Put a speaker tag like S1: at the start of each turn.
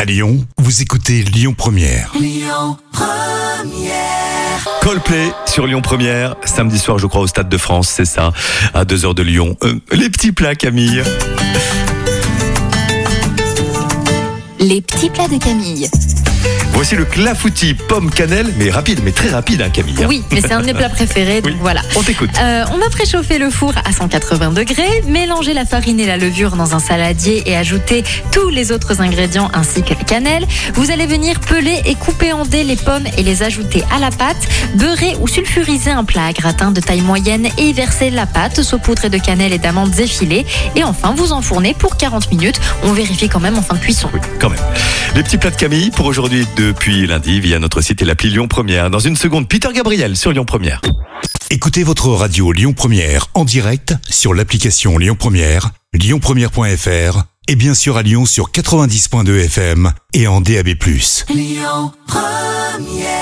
S1: À Lyon, vous écoutez Lyon Première.
S2: Coldplay sur Lyon Première, samedi soir je crois au Stade de France, c'est ça, à 2h de Lyon. Euh, les petits plats Camille.
S3: Les petits plats de Camille.
S2: Voici le clafoutis pomme cannelle, mais rapide, mais très rapide hein, Camille. hein.
S3: Oui, mais c'est un de mes plats préférés, donc
S2: Oui.
S3: voilà.
S2: On t'écoute.
S3: Euh, on va préchauffer le four à 180 degrés, mélanger la farine et la levure dans un saladier et ajouter tous les autres ingrédients ainsi que la cannelle. Vous allez venir peler et couper en dés les pommes et les ajouter à la pâte, beurrer ou sulfuriser un plat à gratin de taille moyenne et y verser la pâte saupoudrée de cannelle et d'amandes effilées. Et enfin, vous enfournez pour 40 minutes. On vérifie quand même en fin de cuisson.
S2: Oui, quand même. Les petits plats de Camille pour aujourd'hui depuis lundi via notre site et l'appli Lyon Première. Dans une seconde, Peter Gabriel sur Lyon Première.
S1: Écoutez votre radio Lyon Première en direct sur l'application Lyon Première, lyonpremière.fr et bien sûr à Lyon sur 90.2 FM et en DAB+.
S4: Lyon Première